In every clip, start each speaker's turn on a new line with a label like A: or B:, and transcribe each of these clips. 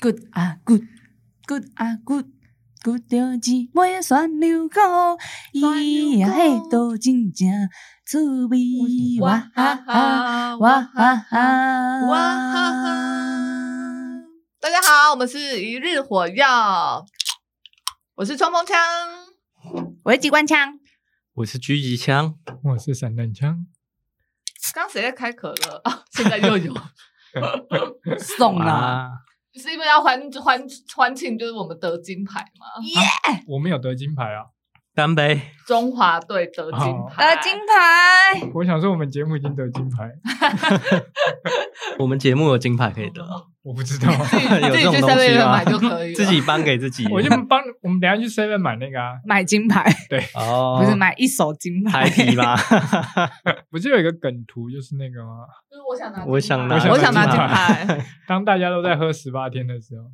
A: good 啊 good good 啊 good good 着一尾酸溜苦，伊呀迄都真正趣味，哇哈哈，哇哈哈，
B: 哇哈哈！大家好，我们是一日火药，我是冲锋枪。
A: 我是机关枪，
C: 我是狙击枪，
D: 我是散弹枪，
B: 刚刚谁在开可乐啊？现在又有，
A: 送啦，
C: 啊，
B: 是因为要欢欢欢庆，就是我们得金牌嘛，哎
D: 我没有得金牌啊！
C: 干杯！
B: 中华队得金牌，
A: 得金牌。
D: 我想说我们节目已经得金牌，
C: 我们节目有金牌可以得，
D: 我不 知道，
C: 有
B: 自
C: 这
B: 己去 s e
C: 种东
B: v
C: 西
B: e
C: 吗
B: 买？就可以了，
C: 自己颁给自己，
D: 我就帮我们等一下去 seven 买那个啊，
A: 买金牌，
C: 哦，
A: 不是买一手金
C: 台
A: 牌，
C: 皮吧？
D: 不是有一个梗图就是那个吗？
B: 就是我想拿金牌，
C: 我想拿，
B: 我想拿金
D: 金
B: 牌，
D: 当大家都在喝十八天的时候，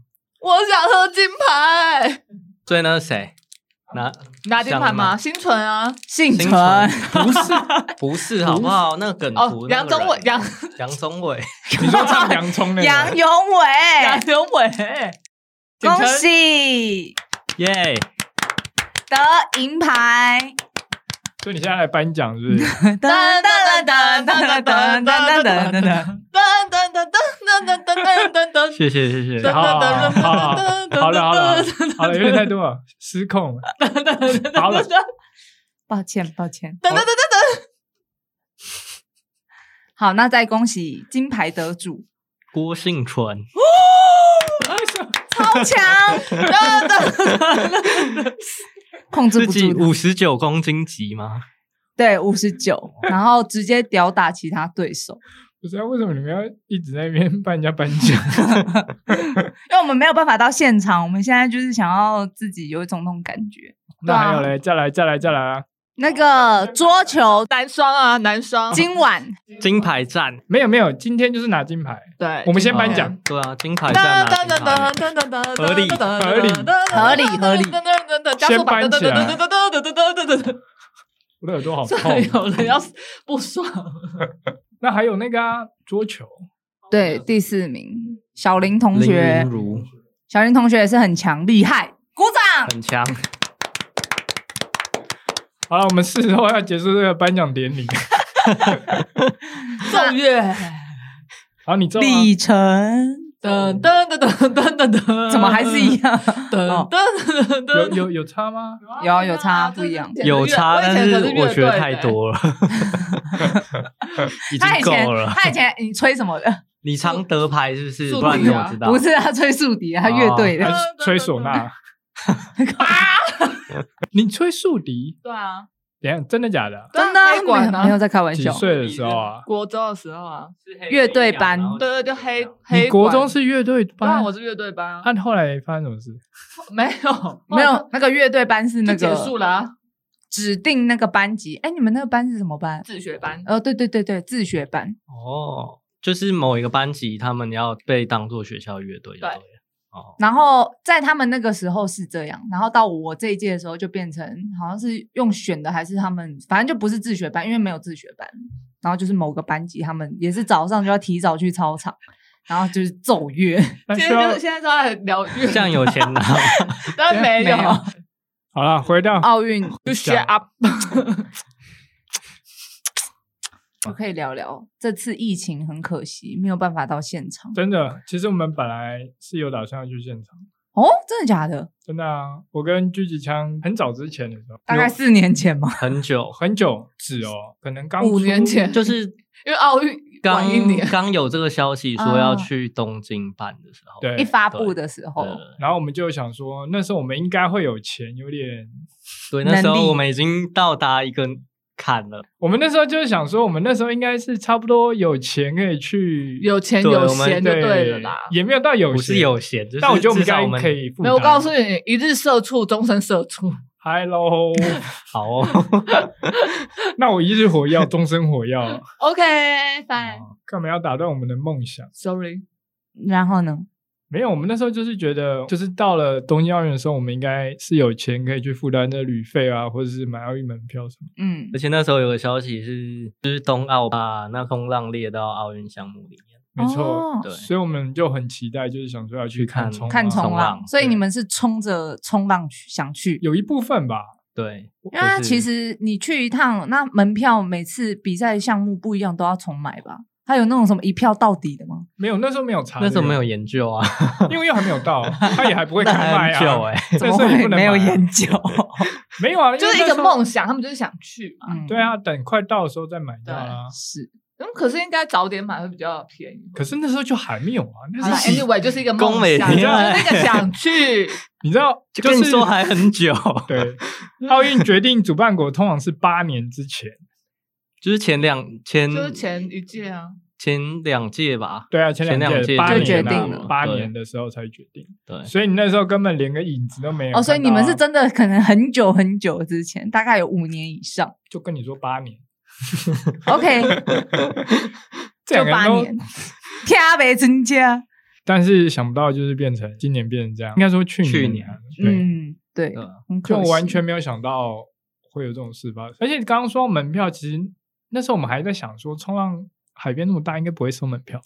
B: 我想喝金牌，
C: 所以呢，谁拿？
B: 拿金牌
C: 想
B: 吗？
C: 吗
B: 新存啊，
A: 幸存
C: 心，存不是不是，好不好？那个梗
B: 哦
C: 图，，
B: 杨宗纬，杨
C: 杨宗纬，
D: 你说唱 洋葱那
A: 杨
D: 个，
A: 永
B: 杨
A: 伟，
B: 宗纬，简
A: 恭
B: 称
A: 喜
C: 耶！
A: 得银牌，
D: 所以你现在来颁奖是不是？
A: 噔噔噔噔噔噔噔噔噔噔噔，
B: 噔噔噔噔噔噔噔噔 噔。
C: 谢谢谢
B: 对
C: 谢，
D: 好好好好好了好了好了，有点太多了，失 控了。好了，
A: 抱歉抱歉，
B: 等等等等，
A: 好，那再恭喜金牌得主，
C: 郭幸存，
A: 超强，
B: 等等等，
A: 控制
C: 自
A: 不
C: 己
A: 住，
C: 五十九公斤级吗？
A: 对五十九，然后直接吊打其他对手，
D: 不知道为什么你们要一直在那边帮人家颁奖，
A: 因为我们没有办法到现场，我们现在就是想要自己有一种那种感觉。
D: 那还有嘞，再来再来再来啊！
A: 那个桌球
B: 男双啊，男双，
A: 今晚
C: 金牌战，
D: 没有没有，今天就是拿金牌，
B: 对，
D: 我们先颁奖
C: 哦。对啊，金牌战
B: 噔
C: 拿
B: 噔
C: 金
B: 噔噔。噔
C: 牌
B: 噔噔，噔噔噔，加速
D: 先哦
B: 版，
D: 搬
B: 噔噔
D: 起来
B: 噔噔噔噔噔噔噔
D: 我的耳朵好痛啊
B: 噔，。有人要不爽，
D: 那还有那个啊，桌球，
A: 对第四名小林同学
C: 林，如
A: 小林同学也是很强，厉害，鼓掌。
C: 很强，
D: 好了，我们是时候要结束这个颁奖典礼。
B: 奏乐，
D: 好，你知道吗？
A: 李晨
B: 噔噔噔噔噔噔 噔，
A: 怎么还是一样？哦
B: 噔噔噔
D: 有
B: 噔？
D: 有有差 吗？
A: 有有差不一样
C: 有差，但
B: 是
C: 是我觉得太。多了，已
A: 他以
C: 经
A: 前
C: 够了。
A: 他以前你吹什么的？
C: 你常得牌是不是？
B: 速
C: 不然
B: 度
C: 怎
B: 啊
C: 么知道？哦
A: 不是他吹竖笛，他乐队
D: 还
A: 的。
D: 是吹唢呐？ 你吹竖笛？
B: 对啊，
D: 等一下，真的假的？
A: 真的啊
B: 黑管
A: 没
B: 啊
A: 有没有在开玩
D: 几
A: 笑。
D: 岁的时候啊？
B: 国中的时候啊，
A: 乐队班
B: 对对，就黑
D: 你
B: 黑
D: 国
B: 管
D: 中是乐队
B: 对啊，
D: 班
B: 我？是乐队班啊，
D: 按后来发生什么事？
B: 没有
A: 没有那个乐队班是那
B: 哦就结
A: 个
B: 束了啊，
A: 指定那个班级。哎，你们那个班是什么班？
B: 自学班。
A: 呃，对对对对，自学班。
C: 哦，就是某一个班级，他们要被当做学校乐队就对了。哦，
A: 然后在他们那个时候是这样，然后到我这一届的时候就变成好像是用选的，还是他们反正就不是自学班，因为没有自学班。然后就是某个班级，他们也是早上就要提早去操场，然后就是奏乐。
D: 那
B: 现
D: 需
B: 在
D: 要
B: 就是现在都在聊乐，
C: 这样有钱拿，
B: 但没有
A: 没有
D: 好了，回到
B: 哦
A: 奥运
B: 就 shut up。
A: 我可以聊聊，这次疫情很可惜，没有办法到现场。
D: 真的，其实我们本来是有打算要去现场，
A: 哦，真的假的？
D: 真的啊。我跟狙击枪很早之前的时候，
A: 大概四年前吗？
C: 很久，
D: 很久止哦，可能刚
B: 五
D: 出
B: 年前
C: 就是
B: 因为奥运
C: 刚
B: 晚一年，
C: 刚有这个消息说要去东京办的时候，
D: 对
A: 一发布的时候，
C: 对
D: 然后我们就想说，那时候我们应该会有钱，有点，
C: 对，那时
A: 能力
C: 候我们已经到达一个坎了，
D: 我们那时候就是想说，我们那时候应该是差不多有钱可以去，哎
B: 有钱
C: 对
B: 有
C: 我们
B: 闲就
D: 对
B: 对了啦。
D: 也没有到有钱，
C: 不是有闲，就是
D: 但我觉得我们
C: 至少
D: 应
C: 我
D: 该
C: 们
D: 可以负担。
B: 没有，我告诉你，一日社畜，终身社畜。
D: ，Hello，
C: 好哦，
D: 那我一日火药，终身火药，
B: OK，fine，sorry。
D: 干嘛要打断我们的梦想？
A: 然后呢？
D: 没有，我们那时候就是觉得，就是到了东京奥运的时候，我们应该是有钱可以去负担这旅费啊，或者是买奥运门票什么。
A: 嗯
C: 而，且那时候有个消息是，就是冬奥把那空浪列到奥运项目里面，
D: 没错
A: 哦，
C: 对
D: 所以我们就很期待，就是想说要去
C: 去看
D: 冲
A: 看
D: 浪啊
A: 冲
C: 冲
A: 浪，
C: 浪
A: 所以
C: 对
A: 你们是冲着冲浪去想去。
D: 有一部分吧，
C: 对，
A: 因为它
C: 就是
A: 其实你去一趟，那门票每次比赛项目不一样，都要重买吧？它有那种什么一票到底的吗？
D: 没有那时候没有查，
C: 那时候没有，研究啊，
D: 因为又还没有到， 他也还不会开
C: 那还
D: 卖
C: 很久
D: 啊，
C: 哎，
D: 那
A: 怎么
D: 时候也
A: 会
D: 不能
A: 没有
D: 买啊
A: 研究？
D: 没有啊，
B: 就是
D: 因
B: 一
D: 为那
B: 个
D: 时候，
B: 梦想，他们就是想去嘛。
A: 嗯
D: 对，啊，等快到的时候再买到啊。
A: 是
B: 嗯，可是应该早点买会比较便宜。
D: 可是那时候 就还没有啊，
B: 好
D: 那
B: 了
D: 时候
B: ，anyway，就是一个
C: 宫
B: 梦
C: 美
B: 想，就是
C: 恋爱
B: 一个 想去。
D: 你知道，
C: 就
D: 就
C: 跟你
D: 是
C: 说还很久，
D: 对，奥运决定主办国通常是八年之前，
C: 就是前两前
B: 就是前一届啊，
C: 前两届吧，
D: 对啊，前
C: 前两
D: 届
C: 届
D: 八
A: 就
D: 年
A: 决定
D: 啊
A: 了
D: 八
C: 对
D: 年的时候才决定，
C: 对，
D: 所以你那时候根本连个影子都没有
A: 哦，所以
D: 看到
A: 你
D: 啊
A: 们是真的可能很久很久之前，大概有五年以 上。
D: 就跟你说八年，
A: OK，
D: 这
A: 就
D: 两个
A: 八
D: 人都
A: 年，天没增加。
D: 但是想不到就是变成今年变成这样，应该说去
C: 去
D: 年啊，对，
A: 嗯，对，
C: 对
A: 很可
D: 就
A: 惜
D: 完全没有想到会有这种事发生。而且你刚刚说门票，其实那时候我们还在想说，冲浪海边那么大，应该不会收门 票。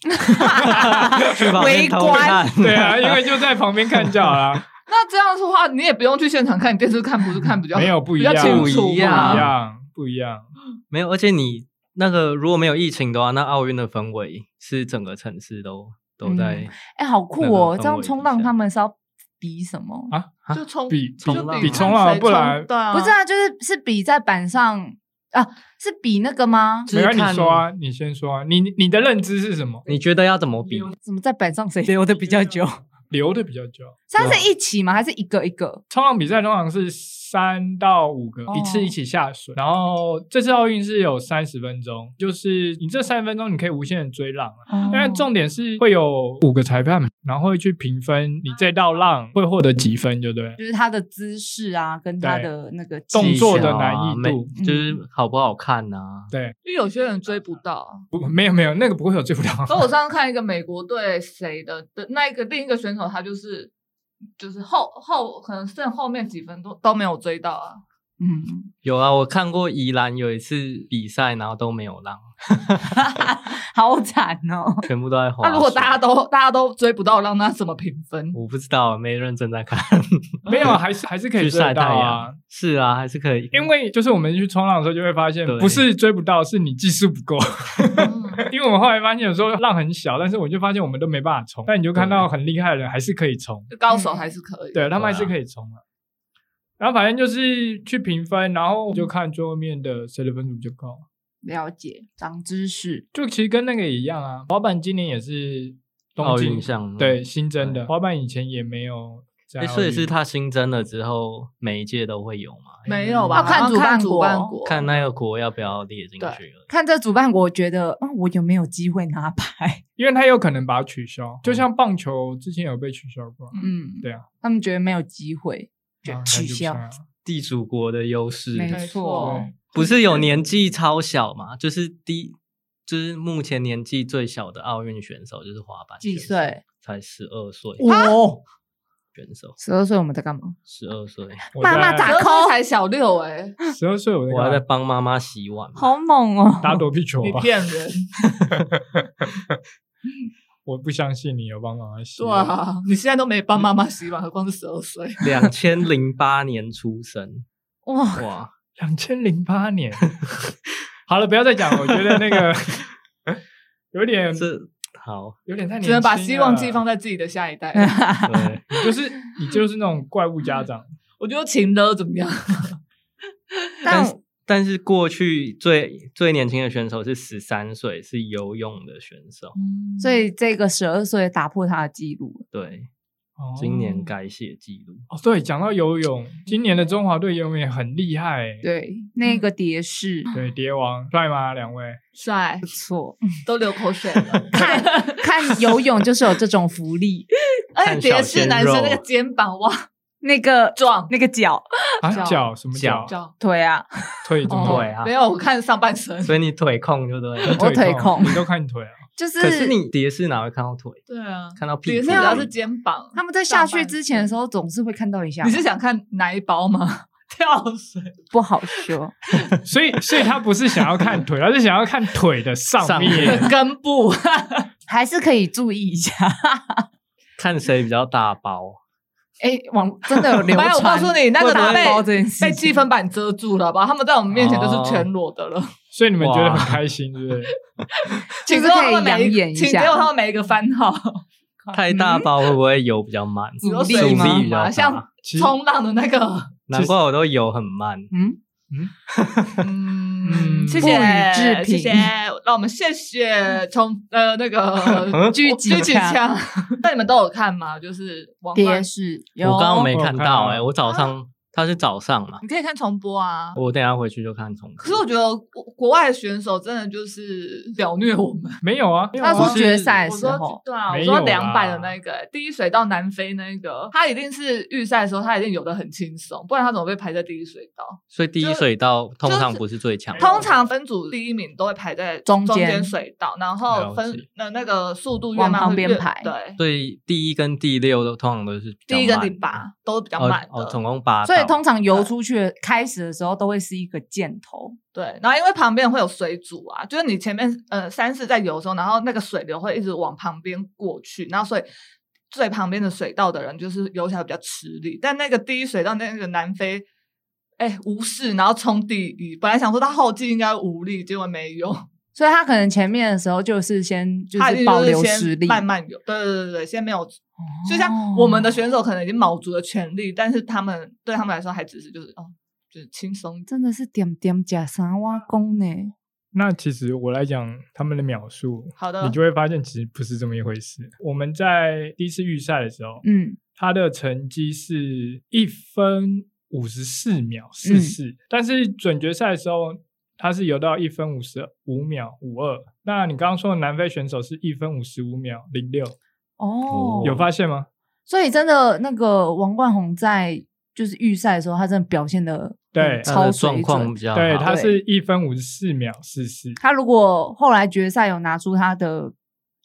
C: 去旁边
A: 围
C: 偷
A: 观
C: 看，
D: 啊对啊，因为就在旁边看就好 啦，
B: 那这样的话，你也不用去现场看，你电视看不是看比较
D: 没有不一
B: 比较
D: 样，
B: 清楚
C: 不一
D: 不一
B: 嘛
C: 样啊
D: 样，不一样。
C: 没有，而且你那个如果没有疫情的话，那奥运的氛围是整个城市都都在
A: 哎、好酷
C: 那个
A: 哦！
C: 氛
A: 这样
C: 围
A: 冲
C: 底
A: 浪
C: 下
A: 他们是要比什么？
D: 啊
B: 就冲
D: 比
B: 就
C: 冲浪
B: 比
C: 比
B: 看
D: 冲浪
B: 谁
D: 不然
B: 冲对啊，
A: 不是啊，就是是比在板上啊，是比那个吗？
C: 就
D: 没
C: 是
D: 关系，你
C: 看
D: 说啊，你先说啊，你你的认知是什么？
C: 你觉得要怎么比？
A: 怎么在板上谁留的比较久？
D: 留的比较久，
A: 它是一起吗？还是一个一个？
D: 冲浪比赛通常是三到五个
A: 哦
D: 一次一起下水，然后这次奥运是有三十分钟，就是你这三十分钟你可以无限的追浪啊。
C: 嗯
D: 但
A: 哦
D: 重点是会有五个裁判，然后会去评分你这道浪会获得几分，对不对？
A: 就是它的姿势啊，跟它
D: 对
A: 的那个
D: 动
A: 技
D: 作
A: 巧
D: 的
A: 啊
D: 难易
C: 美
D: 度
A: 嗯
C: 就是好不好看啊呐、
D: 对，
B: 因为有些人追不 到。啊
D: 不没有没有那个不会有追不到，
C: 哦
B: 所以我上次看一个美国队谁的的那一个另一个选手，他就是就是后后可能剩后面几分都都没有追到啊。
A: 嗯，
C: 有啊，我看过宜兰有一次比赛，然后都没有浪，
A: 好惨哦。
C: 全部都在滑
B: 那
C: 水。
B: 啊如果大家都大家都追不到，让他怎么评分？
C: 我不知道，没认真在看，
D: 没有啊还是还是可以
C: 去
D: 追得
C: 晒
D: 到
C: 太
D: 啊
C: 阳。。是啊，还是可以，
D: 因为就是我们去冲浪的时候就会发现，
C: 对
D: 不是追不到，是你技术不够。
B: 嗯
D: 因为我们后来发现有时候浪很小，但是我就发现我们都没办法冲，但你就看到很厉害的人还是可以冲，
B: 高手还是可以。
D: 对他们还是可以冲啊。然后反正就是去评分，然后就看最后面的谁的分数比较高。
A: 了解，长知识。
D: 就其实跟那个也一样啊，滑板今年也是东
C: 奥
D: 京
C: 运项目
D: 对，新增的，滑板以前也没有
C: 嗯
D: 在
C: 哦诶
D: 奥运。
C: 所以是它新增了之后，每一届都会有嘛？
B: 没有吧？
A: 要看
B: 好像
A: 主办
B: 主
A: 国
B: 办国，
C: 看那个国要不要列进去而已。
A: 看这主办国觉得，嗯，我有没有机会拿牌？
D: 因为他有可能把它取消，
C: 嗯
D: 就像棒球之前有被取消过，啊
A: 嗯，
D: 对啊，
A: 他们觉得没有机会，就
D: 然后他就
A: 取
D: 不
A: 消
D: 上。了
C: 地主国的优势，
A: 没
B: 嗯没
A: 错
B: 错，
D: 对
C: 不是有年纪超小嘛？就是第，就是目前年纪最小的奥运选手就是滑板选
A: 几
C: 手，
A: 岁？
C: 才十二岁，
A: 哦，
C: 选手
A: 十二岁我们在干嘛？
C: 十二岁，
D: 我
A: 妈妈
D: 在
A: 打
B: 然后才小六哎，
D: 十二岁，我在
C: 我还
D: 干
C: 在
D: 嘛
C: 帮妈妈洗碗。
A: 好猛哦！
D: 打躲避球
B: 你
D: 吧？
B: 骗人！
D: 我不相信你有帮妈妈洗。
B: 对啊，你现在都没帮妈妈洗碗，何况是十二岁。
C: 两千零八年出生，
A: 哇，
C: 哇，
D: 两千零八 年。好了，不要再讲了，我觉得那个有点
C: 这好
D: 有点太年轻了
B: 只能把希望寄放在自己的下一代。
A: 哎
C: 对，
D: 就是你就是那种怪物家长，
B: 我觉得情的怎么样？
A: 但
C: 但是但是过去最最年轻的选手是十三岁，是游泳的选手，
A: 所以这个十二岁打破他的记录，
C: 对，
D: 哦
C: 今年改写纪录，
D: 哦，对，讲到游泳，今年的中华队游泳也很厉害、欸，
A: 对，那个蝶式
B: 嗯
D: 对，蝶王帅吗？两位
B: 帅
A: 不，错，
B: 都流口水了。
A: 看看游泳就是有这种福利，
B: 而且蝶式哎男生
C: 看小
B: 那
C: 鲜肉
B: 个肩膀哇
A: 那个
B: 壮
A: 那个脚
D: 啊，
B: 脚
D: 脚什么脚
C: 脚？
B: 壮，
A: 腿啊，
D: 腿怎么
B: 哦
D: 了？
C: 对啊
B: 没有我看上半身。
C: 所以你腿控对不对？
A: 我腿控
D: 你都看你腿啊？
A: 就是
C: 可是你蝶式哪会看到腿？
B: 对啊，
C: 看到屁股
B: 蝶式主要是肩膀。
A: 他们在下去之前的时候总是会看到一下
B: 你，是想看奶包吗？ 跳水，
A: 不好说，
D: 所以，所以他不是想要看腿，他是想要看腿的上面。
C: 上面
B: 根部，
A: 还是可以注意一下。
C: 看谁比较大包。
A: 哎、网真的有 流
B: 没有
A: 传，
B: 我告诉你那个
A: 会不会
B: 被
A: 包这件事
B: 被积
A: 情
B: 分板遮住了吧？他们在我们面前就是全裸的了，
D: 所以你们觉得
C: 哇
D: 很开心，对不对？
A: 就
B: 请
A: 是
B: 给我他
A: 可以
B: 们
A: 养
B: 每一
A: 眼一
B: 请给
A: 下。
B: 我他们每一个番号，
C: 太大包会不会油比较慢？
A: 阻
B: 有
A: 力
B: 水
A: 吗
B: 吗？
C: 比较大
B: 像
D: 其实
B: 冲浪的那个，
C: 难怪我都油很慢。
A: 嗯，
B: 嗯，谢
A: 不
B: 谢
A: 予置，
B: 谢
A: 评
B: 谢，让我们谢谢从呃那个
A: 狙击
B: 哦狙击
A: 枪
B: 枪， 那你们都有看吗？就是王
A: 蝶
B: 冠，
A: 式有，
C: 我刚刚没
B: 哦
C: 看到
D: 我有看
C: 哎、
D: 啊
C: 我早上他是早上嘛，
B: 你可以看重播啊。
C: 我等一下回去就看重播。
B: 可是我觉得国国外的选手真的就是表虐我们。
D: 没有啊，
A: 他
C: 我
A: 说
C: 是
A: 决赛的
B: 我
A: 时
B: 说
A: 候，
B: 对啊，我
D: 没
B: 说
D: 有
B: 两百
D: 啦
B: 的那个第一水道南非那个，他一定是预赛的时候他一定游的很轻松，不然他怎么被排在第一水道？
C: 所以第一水道通常不是最强的，
B: 通常分组第一名都会排在
A: 中间
B: 间水道，然后
C: 了
B: 分
C: 解
B: 那那个速度越
A: 往
B: 慢
A: 旁
B: 会
A: 边
B: 越
A: 排
B: 对，
C: 所以第一跟第六都通常都是比较
B: 第一跟
C: 慢
B: 第
C: 的
B: 八都比较
C: 哦
B: 慢的。
C: 哦，总共八道。
A: 所以通常游出去开始的时候都会是一个箭头，
B: 对，然后因为旁边会有水阻啊，就是你前面呃三四在游的时候，然后那个水流会一直往旁边过去，然后所以最旁边的水道的人就是游起来比较吃力。但那个第一水道那个南非，哎无视，然后冲第一，本来想说他后继应该无力，结果没有，
A: 所以他可能前面的时候就是先就
B: 他一
A: 是
B: 定就
A: 保留
B: 先
A: 实力，
B: 慢慢游。对对对对，先没有，就
A: 哦
B: 像我们的选手可能已经卯足了全力，但是他们对他们来说还只是就是哦，就是轻松一点。
A: 真的是点点假三挖工呢。
D: 那其实我来讲他们的描述，
B: 好的
D: 你就会发现其实不是这么一回事。我们在第一次预赛的时候，
A: 嗯，
D: 他的成绩是一分五十四秒四四、但是准决赛的时候他是游到一分五十五秒五二。那你刚刚说的南非选手是一分五十五秒零六，
A: 哦，
D: 有发现吗？
A: 所以真的那个王冠宏在就是预赛的时候，他真的表现的
D: 对
C: 他
A: 超
C: 的
A: 水
C: 状况
A: 准。
C: 比较
D: 对，
C: 啊好
D: 他是一分五十四秒四四。
A: 他如果后来决赛有拿出他的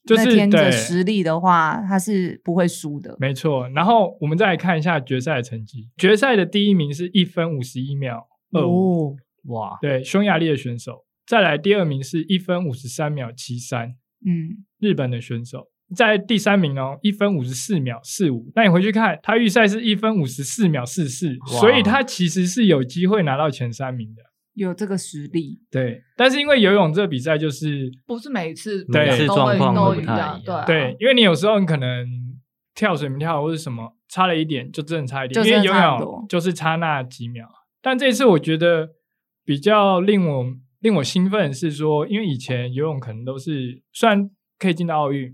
D: 就是
A: 那天的
D: 对
A: 实力的话，他是不会输的。
D: 没错，然后我们再来看一下决赛的成绩。决赛的第一名是一分五十一秒二五、
A: 哦，
C: 哇，
D: 对，匈牙利的选手。再来第二名是一分五十三秒七三，
A: 嗯，
D: 日本的选手。在第三名哦，一分五十四秒四五。那你回去看，他预赛是一分五十四秒四四，
C: 哇
D: 所以他其实是有机会拿到前三名的。
A: 有这个实力。
D: 对，但是因为游泳这比赛就是
B: 不是每一次
D: 对每次
B: 都
C: 状
B: 会
C: 况
B: 都
D: 会不
B: 一
C: 太
B: 样，
C: 一
B: 对
C: 样
B: 啊
D: 对，因为你有时候你可能跳水没跳好或者什么差了一点，就真的差一点，
A: 就
D: 因
A: 真
D: 为
A: 的
D: 游
A: 差很多
D: 泳就是差那几秒。但这一次我觉得比较令我令我兴奋的是说，因为以前游泳可能都是虽然可以进到奥运，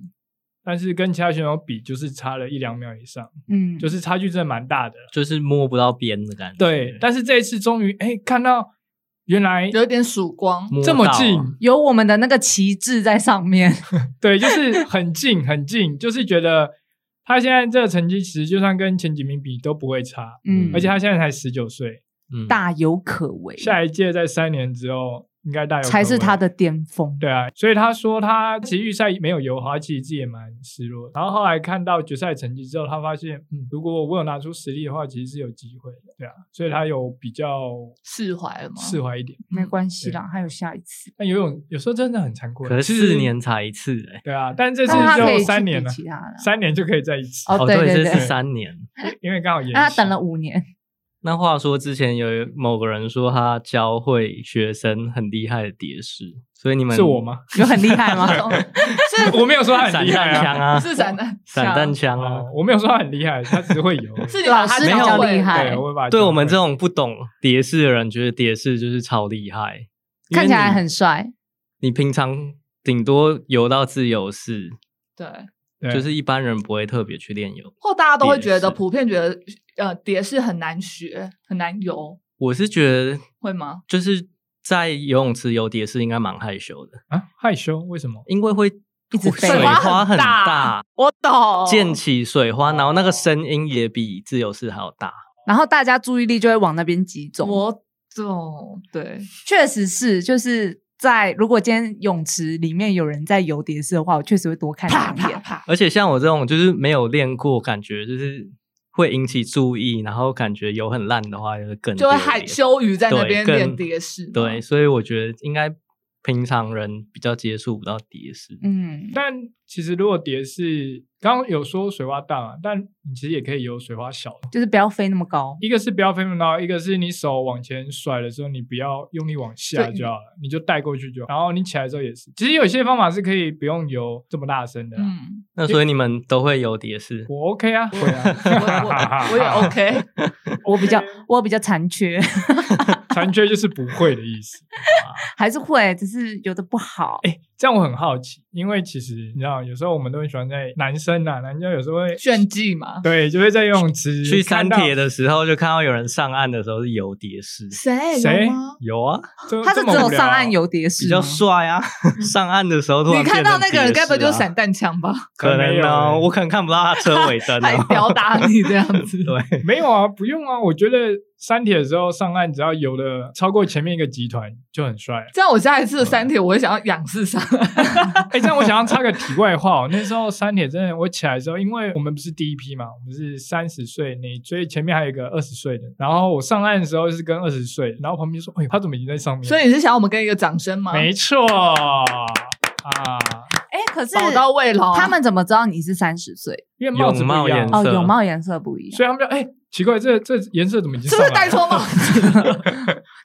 D: 但是跟其他选手比就是差了一两秒以上，
A: 嗯，
D: 就是差距真的蛮大的。
C: 就是摸不到边的感觉。
D: 对，但是这一次终于哎看到原来
B: 有一点曙光。
C: 摸
D: 这么
C: 到啊
D: 近，
A: 有我们的那个旗帜在上 面。
D: 对，就是很近很近，就是觉得他现在这个成绩其实就算跟前几名比都不会差，
A: 嗯，
D: 而且他现在才十九岁，
C: 嗯
A: 大有可为，
D: 下一届在三年之后应该大有可
A: 才是
D: 为
A: 他。的巅峰。
D: 对啊，所以他说他其实预赛没有游好，他其实自己也蛮失落的。然后后来看到决赛成绩之后，他发现，嗯，如果我有拿出实力的话，其实是有机会的。对啊，所以他有比较
B: 释怀了吗？
D: 释怀一点。
A: 没关系啦，还有下一次。
D: 但游泳有时候真的很残酷，
C: 可
D: 其
C: 是
D: 实
C: 四年才一次哎、
D: 对啊，但这次
A: 但他可以
D: 就三
A: 去
D: 年
A: 比
D: 了，
A: 其他的。
D: 三年就可以再一次，
A: 哦对对
C: 这
A: 对
C: 是三年。
D: 因为刚好延
A: 那他
D: 期
A: 等了五年，
C: 那话说，之前有某个人说他教会学生很厉害的蝶式，所以你们
D: 是我？吗？
A: 有很厉害吗？
B: 是
D: 我没有说他很
C: 散
D: 厉害
C: 弹枪
D: 啊，
C: 啊，
B: 是散弹
C: 散弹
B: 枪，
C: 枪啊
D: 哦，我没有说他很厉害，他只是会游。
B: 是你把他
A: 老师
B: 教
A: 比较
B: 会
A: 厉害
D: 对，我会把它
C: 对
D: 教
C: 我们
D: 会
C: 这种不懂蝶式的人，觉得蝶式就是超厉害，因 为
A: 看起来
C: 你
A: 很帅。
C: 你平常顶多游到自由式，
B: 对，
D: 对
C: 就是一般人不会特别去练游。
B: 或大家都会觉
C: 蝶
B: 得
C: 式
B: 普遍觉得呃蝶式很难学，很难游，
C: 我是觉得，
B: 会吗？
C: 就是在游泳池游蝶式应该蛮害羞的，
D: 啊害羞，为什么？
C: 因为会
A: 一直飞
C: 水花很
B: 大
C: 大，，
A: 哦
B: 我懂。
C: 溅起水花，然后那个声音也比自由式还要大。
A: 然后大家注意力就会往那边集中。
B: 我懂，对，
A: 确实是，就是在如果今天泳池里面有人在游蝶式的话，我确实会多看
B: 啪
A: 两
B: 啪
A: 眼。
B: 啪，
C: 而且像我这种就是没有练过，感觉就是会引起注意，然后感觉有很烂的话，就是更
B: 就会
C: 丢脸
B: 害羞于在那边
C: 对
B: 练
C: 更
B: 蝶式，
C: 对，，所以我觉得应该平常人比较接触不到蝶式。
A: 嗯，
D: 但其实如果蝶式，刚刚有说水花大嘛，但你其实也可以有水花小的。
A: 就是不要飞那么高，
D: 一个是不要飞不到，一个是你手往前甩的时候，你不要用力往下
A: 对
D: 就好了，你就带过去就好。然后你起来之后也是，其实有些方法是可以不用游这么大声的啦。
B: 嗯，
C: 那所以你们都会有蝶式？
D: 我 OK 啊，会
B: 我
D: 啊，
B: 我我也 OK，
A: 我比 较我比较残缺，
D: 残缺就是不会的 意思。
A: 还是会，只是有的不好。
D: 哎、这样我很好奇，因为其实你知道，有时候我们都很喜欢在男生啊，男生有时候会
B: 炫技嘛。
D: 对，就会在游泳池
C: 去三
D: 看到
C: 铁的时候就看到有人上岸的时候是游蝶式，
B: 谁
D: 谁
B: 有吗？
C: 有啊，
D: 这
A: 他是
D: 这么
A: 只有
D: 无聊哦
A: 上岸游蝶式
C: 比
A: 吗，
C: 较帅啊。上岸的时候突然
B: 你看到
C: 变成
B: 那个人，
C: 蝶式啊
B: 该不会就是散弹枪 吧？
C: 可
D: 可能
C: 能
D: 有
C: 哦，
D: 人
C: 我可能看不到他的车尾 灯
B: 还
C: 哦。，
B: 吊打你这样子
C: 对，
D: 没有啊，不用啊，我觉得三铁的时候上岸，只要游的超过前面一个集团就很帅了。
B: 这样我下一次的三铁，我会想要仰视上来。
D: 哎、这样我想要插个题外话、哦，那时候三铁真的，我起来的时候，因为我们不是第一批嘛，我们是三十岁那一，所以前面还有一个二十岁的。然后我上岸的时候是跟二十岁，然后旁边说：“哎呦，他怎么已经在上面了？”
B: 所以你是想要我们给一个掌声吗？
D: 没错啊，
A: 哎、可是
B: 宝刀未老，啊
A: 他们怎么知道你是三十岁？
D: 因为帽子
C: 泳帽
D: 不一样啊
C: 颜，
A: 哦，
C: 色
A: 泳帽颜色不一样，
D: 所以他们就哎、奇怪，这这颜色怎么已经
B: 是
D: 上
B: 不
D: 来
B: 是
D: 了
B: 戴错 帽子？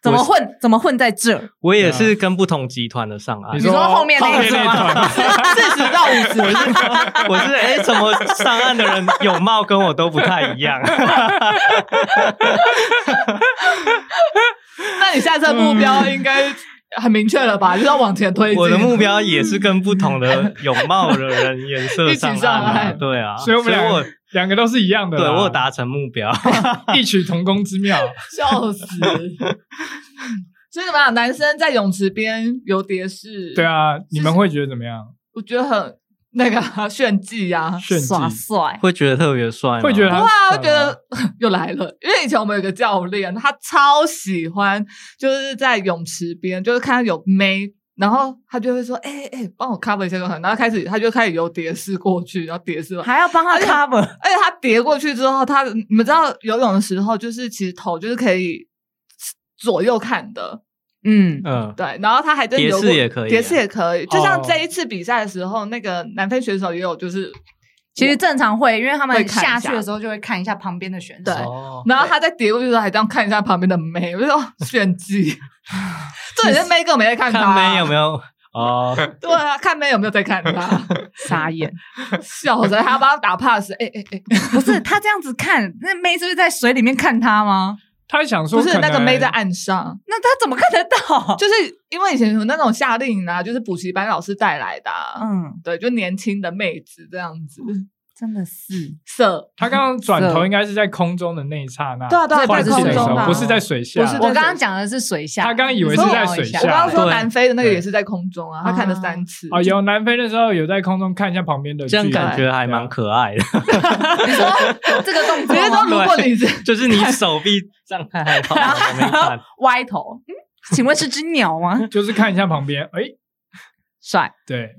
A: 怎么混？怎么混在这儿？
C: 我也是跟不同集团的上岸
D: 你。
A: 说后面那一
D: 后面
A: 组吗
D: 团
B: 四十到五十，
C: 我是哎，怎么上岸的人泳帽跟我都不太一样？
B: 那你下次的目标应该很明确了吧？就是要往前推 进。
C: 我的目标也是跟不同的泳帽的人颜 色
B: 一起
C: 上
B: 上
C: 岸啊。
B: 岸
C: 对啊，
D: 所以我们两个啊两个都是一样的啦，
C: 对啊我有达成目标。
D: 异曲同工 之妙。
B: 笑死。所以怎么样？男生在泳池边游蝶式，
D: 对，啊，你们会觉得怎么样？
B: 我觉得很那个啊炫技呀。
D: 炫技
A: 耍帅，
C: 会觉得特别帅吗，
D: 会觉得
B: 不
D: 他
B: 会啊，我
D: 帅吗
B: 觉得 又来了，因为以前我们有个教练，他超喜欢就是在泳池边，就是看到有妹，然后他就会说：“哎、哎、帮我 cover 一下就好。”然后开始他就开始游蝶式过去，然后蝶式完
A: 还要帮他 cover，
B: 而且他跌过去之后，他你们知道游泳的时候，就是其实头就是可以左右看的，
A: 嗯，
C: 嗯，
B: 对。然后他还真游过
C: 蝶式也可以啊
B: 蝶式也可以。就像
D: 哦
B: 这一次比赛的时候，那个南非选手也有就是，
A: 其实正常会，因为他
B: 会
A: 们
B: 看一下
A: 下去的时候就会看一下旁边的选手
B: 对，
C: 哦，
B: 然后他在跌过去的时候还这样看一下旁边的妹，我就说哦炫技。这里是妹哥没在看他、
C: 看妹有没有哦，
B: 对啊，看妹有没有在看他，,
A: 傻 眼。
B: 笑着还要帮他打 pass，哎哎哎，
A: 不是他这样子看，那妹是不是在水里面看他吗？
D: 他想说
B: 不是
D: 可能
B: 那个妹在岸上，
A: 那他怎么看得到？
B: 就是因为以前有那种夏令营啊，就是补习班老师带来的、啊，
A: 嗯，
B: 对，就年轻的妹子这样子
A: 真的是
B: 色。
D: 他刚刚转头
A: 色
D: 应该是在空中的那一刹那，
B: 对啊对啊
D: 换气
A: 在空
D: 的时候
A: 中啊
D: 不是在水下，
B: 不是在
A: 我刚刚讲的是水下，
D: 他刚以为
A: 你说
D: 是在
A: 我
D: 水
A: 一
B: 我刚刚说
C: 对
B: 南非的那个也是在空中啊，他看了三次。
D: 哦，有南非那时候有在空中看一下旁边的距
C: 这
D: 离，
C: 样感觉还蛮可爱的。
A: 你说这个动
B: 只
A: 作
B: 是
A: 吗
B: 说，如果你是
C: 就是你手臂张开还好，我没 看。
A: 歪头，嗯，请问是只鸟 吗？
D: 就是看一下旁边，哎，
A: 帅，
D: 对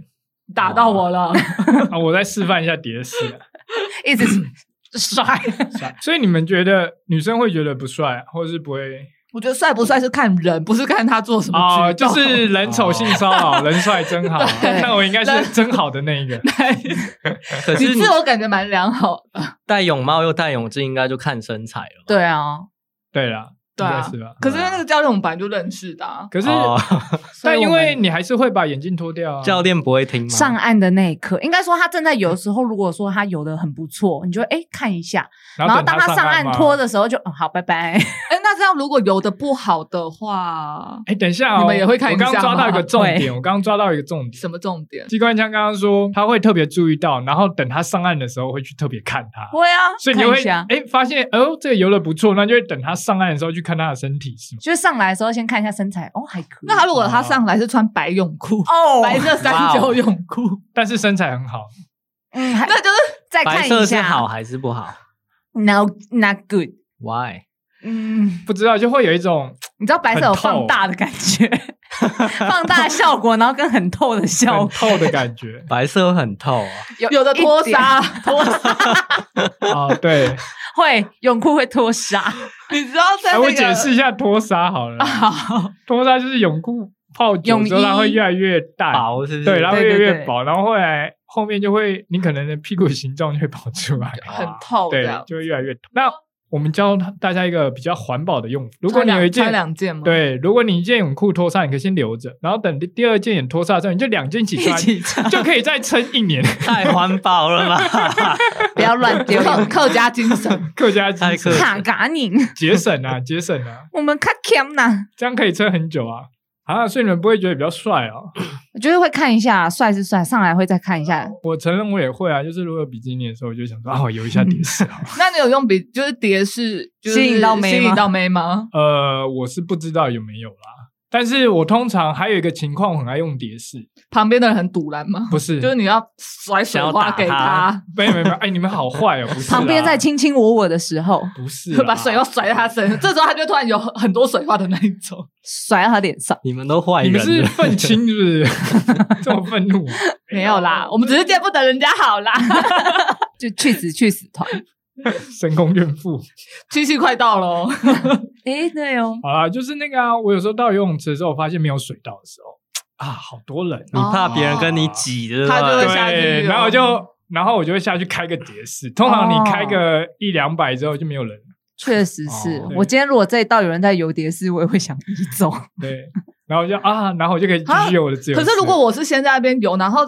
B: 打到我了，
D: 啊，我再示范一下蝶式 啊，
A: 一 直是帅，
D: 帅所以你们觉得女生会觉得不帅，或是不会
B: 我觉得帅不帅是看人，不是看他做什么
D: 啊？
B: 举动。
D: 就是人丑性骚扰，人帅真好，
B: 对
D: 那我应该是真好的那一个，
C: 可
B: 你
C: 是你
B: 自我感觉蛮良好的，
C: 戴泳帽又戴泳镜，应该就看身材了吧。
A: 对啊，
D: 对啦，
B: 对
D: 应
B: 啊
D: 该是吧？
B: 可是因为那个教练我们本来就认识的啊，
D: 可是，
C: 哦，
D: 但
A: 所以
D: 因
A: 我
D: 为
A: 们
D: 你还是会把眼镜脱掉啊，
C: 教练不会听吗？
A: 上岸的那一刻，应该说他正在游的时候，如果说他游的很不错，你就哎看一下，然后
D: 等
A: 当他上岸
D: 嘛
A: 拖的时候就，嗯、好拜 拜。
B: 哎，那这样如果游的不好的话，
D: 哎，等一下哦，
B: 你们也会看一
D: 我
B: 下
D: 刚抓到一
B: 吗
D: 个重
A: 会
D: 点，我刚刚抓到一个重点。
B: 什么重点？
D: 机关枪刚刚说他会特别注意到，然后等他上岸的时候会去特别看他，
A: 会 啊，
D: 所以你
A: 看
D: 会
A: 一下，
D: 哎发现哦这个游的不错，那就会等他上岸的时候去看他的身体是吗？
A: 就是上来的时候先看一下身材，哦还可以。
B: 那他如果他上来是穿白泳裤，
A: 哦，
B: 白色三角泳裤，
D: 但是身材很好，
A: 嗯，还
B: 那就是
A: 再看
C: 白色
A: 一
C: 是
A: 下。
C: 好还是不好
A: No, not good。
C: ？Why？
A: 嗯，
D: 不知道就会有一种
A: 你知道白色有放大的感觉， 放大的效果，然后跟很透的效
D: 很
A: 果，
D: 透的感觉
C: 白色很透啊，
A: 有
B: 有的脱纱，
A: 脱纱
D: 啊、对，
A: 会泳裤会脱纱，
B: 你知道在
D: 哎，
B: 那个
D: 我解释一下脱纱好了，脱纱就是泳裤泡久之
A: 泳
D: 后
A: 衣
D: 它会越来越淡，
C: 薄是不是？
D: 对，然后越来
A: 对对
D: 越
A: 对
D: 薄，然后后来后面就会你可能的屁股形状就会跑出来，
B: 很透这
D: 对
B: 样，。
D: 就会越来越痛。那我们教大家一个比较环保的用法，如果你有一
B: 穿
D: 件。
B: 两件吗？，
D: 对，如果你一件泳裤脱晒，你可以先留着，然后等第第二件也脱晒之后，你就两件一 起
C: 一
D: 穿，
C: 起唱，
D: 就可以再撑一年。
C: 太环保了吧？
A: 不要乱丢，
B: 客客家精神
D: 客家精
C: 太
D: 神
C: 客气
A: 卡嘎你，
D: 节省啊，节省啊，
A: 我们卡 cam 呐，
D: 这样可以撑很久啊。啊，所以你们不会觉得比较帅哦？
A: 我觉得会看一下，帅是帅，上来会再看一下，
D: 我承认我也会啊，就是如果有比基尼的时候，我就想说啊，我游一下蝶式啊。
B: 那你有用比就是蝶式，就是
A: 吸引到妹吗
B: 吸引到妹吗？
D: 呃，我是不知道有没有啦，但是我通常还有一个情况，我很爱用蝶式，
B: 旁边的人很堵拦吗？
D: 不是？
B: 就是你要甩水花给
C: 想要打
B: 他，
D: 没有没有没有，哎，你们好坏哦，不是啦？
A: 旁边在卿卿我我的时候，
D: 不是
B: 就 把
D: 啦
B: 水花甩在他身上，这时候他就突然有很多水花的那一种。
A: 甩到他脸上。
C: 你们都坏
D: 你
C: 人
D: 们是
C: 了，
D: 愤青是不是？ 这么愤怒？
B: 没有啦，我们只是见不得人家好 啦。
A: 就去死去死团。
D: 神功怨妇。
B: 七夕快到哦 喽，
A: 诶，对哦，
D: 好啦，就是那个啊，我有时候到游泳池的时候，我发现没有水道的时候，啊，好多人
C: 你
D: 啊，
C: 怕别人跟你挤，对不
B: 哦他就会
C: 对？
B: 下去
D: 对，
B: 哦
D: 然后我就。然后我就会下去开个蝶式，通常你开
B: 哦
D: 个一两百之后就没有人了，
A: 确实是
D: 哦。
A: 我今天如果这一道有人在游蝶式，我也会想移 走。
D: 对，然后我就啊，然后我就可以继续有我的自由。
B: 啊可是如果我是先在那边游，然后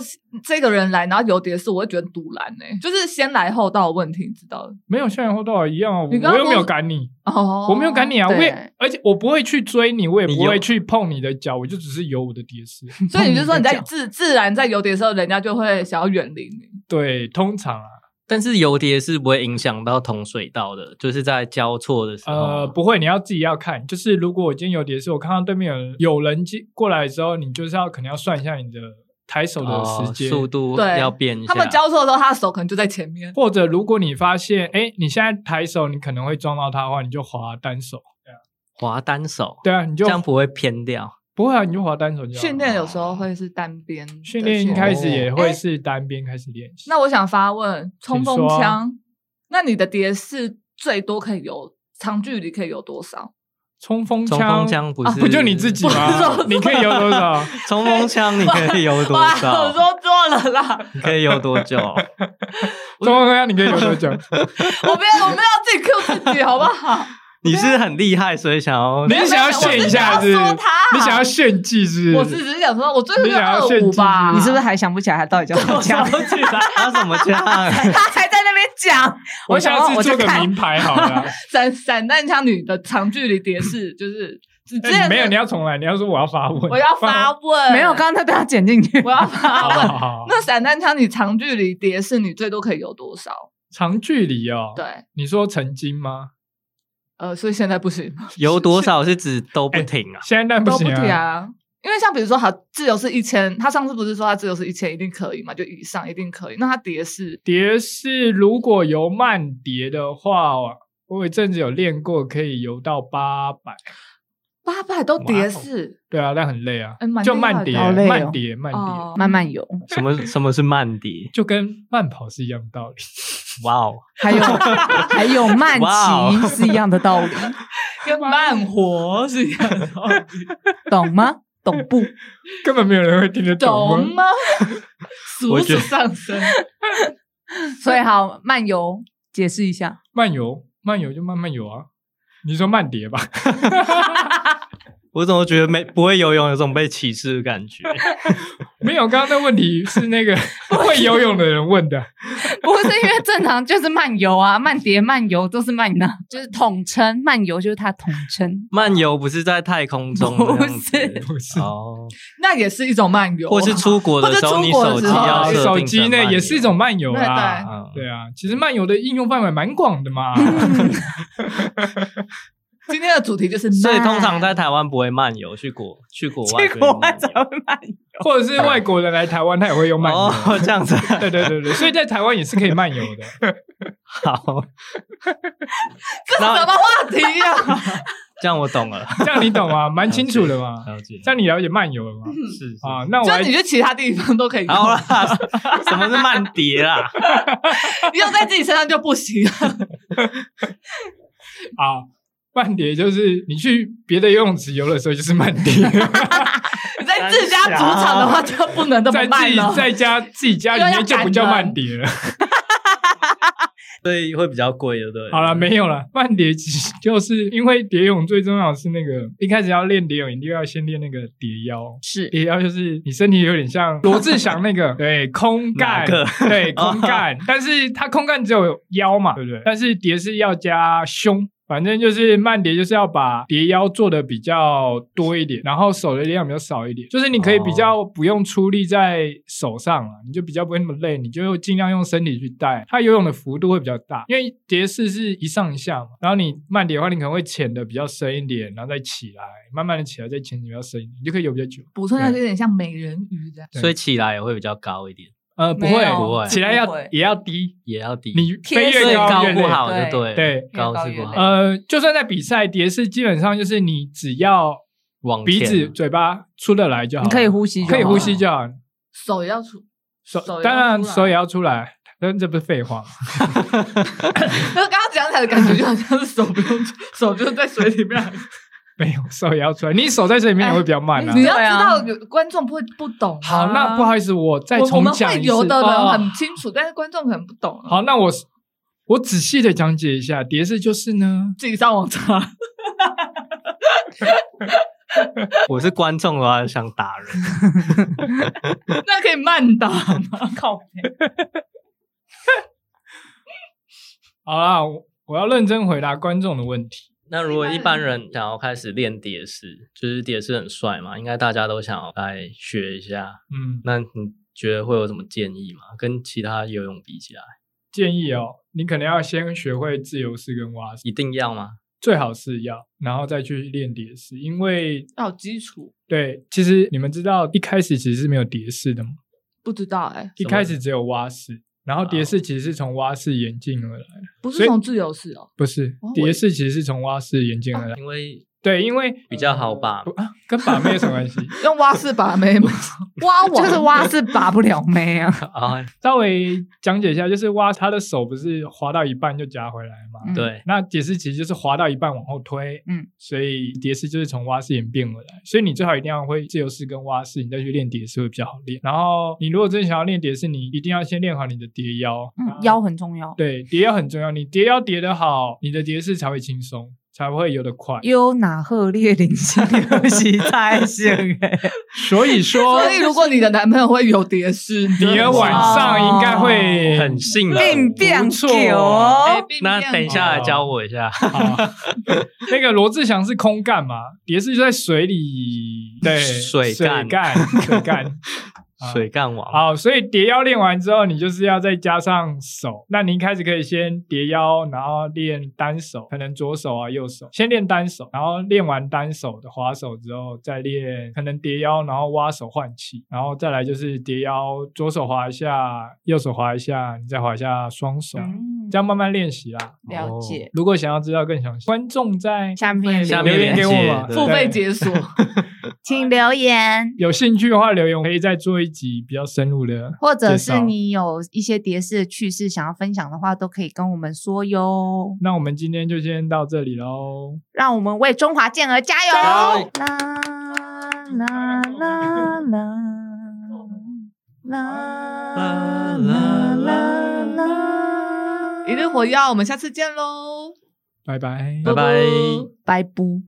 B: 这个人来，然后游蝶式，我会觉得堵拦呢、欸就是先来后到的问题，你知道的。
D: 没有校园后道一样啊，我
B: 你刚刚
D: 又没
B: 说
D: 有赶你，
B: 哦
D: 我没有赶你啊，我
A: 对
D: 也而且我不会去追你，我也
C: 你
D: 不会
C: 有
D: 去碰你的脚，我就只是游我的蝶 式。
B: 所以你就说你在
A: 碰你的脚
B: 自自然在游蝶的时候，人家就会想要远离你。
D: 对，通常啊，
C: 但是游蝶是不会影响到同水道的，就是在交错的时候，
D: 呃，不会，你要自己要看。就是如果我今天有蝶式，我看到对面有人有人进过来的时候，你就是要可能要算一下你的抬手的
C: 哦
D: 时间。
C: 速度
B: 对
C: 要变一下。
B: 他们交错的时候，他的手可能就在前面。
D: 或者，如果你发现，哎，你现在抬手，你可能会撞到他的话，你就滑单手。
C: 滑单手，
D: 对啊，你就
C: 这样不会偏掉。
D: 不会啊，你就滑单手就好
B: 训练有时候会是单边的
D: 训练一开始也
B: 哦
D: 会
B: 诶
D: 是单边开始练习。
B: 那我想发问，冲锋
D: 请说啊
B: 枪，那你的蝶式最多可以游长距离可以游多少？
D: 冲锋
C: 冲
D: 枪，
C: 锋枪不
D: 啊
C: 是
D: 不就你自己吗？ 你可以游多少？
C: 冲锋枪你可以游 多
B: 哇， 我说
C: 少？
B: 错了啦，
C: 你可以游多久？
D: 冲锋枪你可以游多久？
B: 我不要，我们要自己 Q 自己，好不好？
C: 你是很厉害，所以想要
D: 你是想要炫一下是不
B: 我是想要
D: 是
B: 说他
D: 你想要炫技是不
B: 我
D: 是？
B: 是只是想说，我最多
D: 你
B: 就
D: 想要
B: 二
D: 炫
B: 五
D: 技
B: 吧。
A: 你是不是还想不起来他到底叫 什么
C: 想
A: 枪？
C: 不起来他啊怎么枪？
A: 他还在那边讲，
D: 我
A: 想
D: 下
A: 要
D: 次
A: 我
D: 做
A: 就
D: 个
A: 看
D: 名牌好 了。哎
B: 散散弹枪女的长距离蝶式？就是只之
D: 哎
B: 前
D: 你没有，
B: 是
D: 你要重来，你要说我要发问，
B: 我要发
D: 好
B: 问，
A: 没有，刚刚他被他剪进去
B: 我。要发
D: 不好啊
B: 问。
D: 好好。
B: 那散弹枪你长距离蝶式，你最多可以游多少？
D: 长距离哦，，
B: 对，
D: 你说曾经吗？
B: 呃，所以现在不行，
C: 游多少是指都
B: 哎
C: 不停啊？
D: 现在那不
B: 都不
D: 行
B: 提
D: 啊，
B: 啊。因为像比如说，好，自由是一千，他上次不是说他自由是一千，一定可以嘛？就以上一定可以。那他蝶式
D: 蝶是如果游慢蝶的话，我有一阵子有练过，可以游到八百。
B: 八百都蝶式
D: 对啊，但很累啊
B: 哎蛮，
D: 就
B: 厉
D: 慢
B: 害
D: 蝶，
B: 的
A: 好累哦
D: 慢蝶，慢蝶，
B: 哦，
A: 慢慢游，
C: 什么什么是慢蝶？
D: 就跟慢跑是一样的道理。
C: 哇哦，
A: 还 有还有慢
C: 哇哦
A: 骑是一样的道理，
B: 跟慢活是一样的。
A: 懂吗？懂不？
D: 根本没有人会听得懂啊
B: 懂吗？
D: 吗。
B: 俗
C: 我觉
B: 俗
C: 得
B: 上升，
A: 所以好，漫游解释一下，
D: 慢游，慢游就慢慢游啊。你说慢蝶吧，
C: 我怎么觉得没不会游泳有种被歧视的感觉？
D: 没有，刚刚那问题是那个会游泳的人问的。
A: 不是因为正常就是漫游啊， 慢蝶、漫游都是漫呢，就是统称漫游，就是它统称。
C: 漫游不是在太空中的样子，
A: 不是
D: 不是
C: 哦，
B: 那也是一手漫游，啊
C: 或是出国的时候，
B: 或是
C: 你
B: 出国的
C: 手机
B: 时候
C: 要
D: 啊
C: 设定
D: 手机
C: 成
D: 呢
C: 漫游
D: 也是一种漫游
B: 对
D: 啦。
C: 嗯，
D: 对啊，其实漫游的应用范围蛮广的嘛。
B: 今天的主题就是
C: 所以
B: 慢
C: 通 常在台湾不会漫游，去国去国外
A: 去国外才
C: 才会哦
A: 会漫游，
D: 或者是外国人来台湾，他也会用漫游。
C: 哦，这样 子
D: 对对对对，所以在台湾也是可以漫游的。
C: 好，
B: 这是什么话题呀？
C: 这样我懂 了，
D: 这样你懂吗？蛮清楚 的嘛。
C: 了解，
D: 这样你了解漫游了吗？
C: 是是
D: 啊，那我
B: 就
D: 还
B: 你去其他地方都可以
C: 好
B: 用，
C: 啦， 什么是慢碟啦？
B: 用在自己身上就不行。
D: 啊，慢碟就是你去别的游泳池游的时候就是慢碟，
B: 你在自家主场的 话，就不能这么
D: 在自
B: 慢
D: 己
B: 了。
D: 在家自己家里面就不叫慢碟了。
C: 所以会比较贵，对不对？
D: 好了，没有了。慢碟其实就是因为蝶泳最重要的是那个一开始要练蝶泳，一定要先练那个蝶腰。
A: 是
D: 蝶腰就是你身体有点像罗志祥那个对空
C: 哪
D: 干
C: 个，
D: 对空干，但是他空干只有腰嘛，对不对？但是蝶是要加胸。反正就是慢蝶，就是要把蝶腰做的比较多一点，然后手的力量比较少一点，就是你可
C: 哦
D: 以比较不用出力在手上了，你就比较不会那么累，你就尽量用身体去带。它游泳的幅度会比较大，因为蝶式是一上一下嘛，然后你慢蝶的话，你可能会潜的比较深一点，然后再起来，慢慢的起来再潜得比较深一点，你就可以游比较久。
B: 补充一下，就有点像美人鱼这样。
C: 所以起来也会比较高一点，
D: 呃，不
A: 没
D: 会，
A: 有
C: 不会
D: 起来要
A: 不会
D: 也要低，
C: 也要低。
D: 你飞
A: 贴
C: 所
D: 越
A: 身
C: 以
D: 高越
C: 不
D: 累。
C: 好
A: 对
C: 就对了，
D: 对
A: 越高
C: 高是
A: 越
C: 不好。
A: 累
D: 呃，就算在比赛，蝶式基本上就是你只要
C: 往
D: 鼻
C: 前
D: 子、嘴巴出得来就好，
A: 你可以，呼吸就好，
D: 可以呼吸就好。
B: 手也要出，
D: 手
B: 手也要
D: 当然
B: 出来
D: 手也要出来，但这不是废话吗？
B: 就是刚刚讲起来的感觉，就好像是手不用出，手就是在水里面。
D: 没有手也要出来，你手在水里面
B: 哎
D: 也会比较慢啊
B: 你。
A: 对
B: 要
A: 啊
B: 知道，有观众不会不懂啊。
D: 好，那不好意思，我再
B: 我我
D: 重
B: 们
D: 讲
B: 会
D: 一次。
B: 游的人
D: 哦
B: 很清楚，但是观众可能不懂啊。
D: 好，那我我仔细的讲解一下，蝶式就是呢，
B: 自己上网查。
C: 我是观众的话，想打人。
B: 那可以慢打吗？靠背，
D: 好啦，我我要认真回答观众的问题。
C: 那如果一般人想要开始练蝶 式，就是蝶式很帅嘛，应该大家都想要来学一下。
D: 嗯，
C: 那你觉得会有什么建议吗？跟其他游泳比起来，
D: 建议哦，你可能要先学会自由式跟蛙式，
C: 一定要吗？
D: 最好是要，然后再去练蝶式，因为
B: 要有基础。
D: 对，其实你们知道一开始其实是没有蝶式的嘛，
B: 不知道哎、
D: 一开始只有蛙式，然后蝶
B: 哦
D: 式其实是从蛙式演进而来的，
B: 不是
D: 所以
B: 从自由式哦，
D: 不是
B: 哦我
D: 蝶式其实是从蛙式演进而来，
C: 因为
D: 对，因为
C: 比较好吧
D: 不，啊，跟把妹有什么关系？
B: 用蛙式把妹 吗？蛙王
A: 就是蛙是拔不了妹 啊，
C: 啊，
D: 稍微讲解一下，就是蛙它的手不是滑到一半就夹回来嘛，
A: 嗯
C: 对，
D: 那蝶式其实就是滑到一半往后推，
A: 嗯，
D: 所以蝶式就是从蛙式演变而来，所以你最好一定要会自由式跟蛙式，你再去练蝶式会比较好练。然后你如果真的想要练蝶式，你一定要先练好你的蝶腰，
A: 嗯，腰很重要，
D: 对，蝶腰很重要，你蝶腰叠得好，你的蝶式才会轻松，才会游得快。
A: 优哪赫列林星游戏太 险哎，
D: 所以 说，
B: 所以如果你的男朋友会有蝶式，
D: 你的晚上应该会
C: 很性
A: 并
C: 能。
A: 变
D: 不错
B: 哎
A: 哦，
B: 并
C: 那
B: 不
C: 等一下来教我一下，
D: 好。 那个罗志祥是空干嘛？蝶式就在水里，对，
C: 水
D: 水
C: 干
D: 干，水干。啊
C: 水干王，
D: 好，所以蝶腰练完之后，你就是要再加上手。那你一开始可以先蝶腰，然后练单手，可能左手啊、右手，先练单手，然后练完单手的滑手之后，再练可能蝶腰，然后蛙手换气，然后再来就是蝶腰，左手滑一下，右手滑一下，你再滑一下双手，
A: 嗯
D: 这样慢慢练习啦。
A: 了解，
D: 如果想要知道更详细，观众在
B: 哦
A: 下面
C: 下
D: 留
C: 面
D: 言给我
C: 链
D: 们
C: 接对
B: 付费解锁，
A: 请留言。
D: 有兴趣的话留言，我可以再做一集比较深入的，
A: 或者是。你有一些蝶式的趣事想要分享的话，都可以跟我们说哟。
D: 那我们今天就先到这里喽。
A: 让我们为中华健儿加
C: 加
A: 油
C: 油！
A: 啦啦啦啦啦啦啦啦！
B: 一日火药，我们下次见喽，
D: 拜拜。
C: 拜拜
B: 啵啵
A: 拜拜。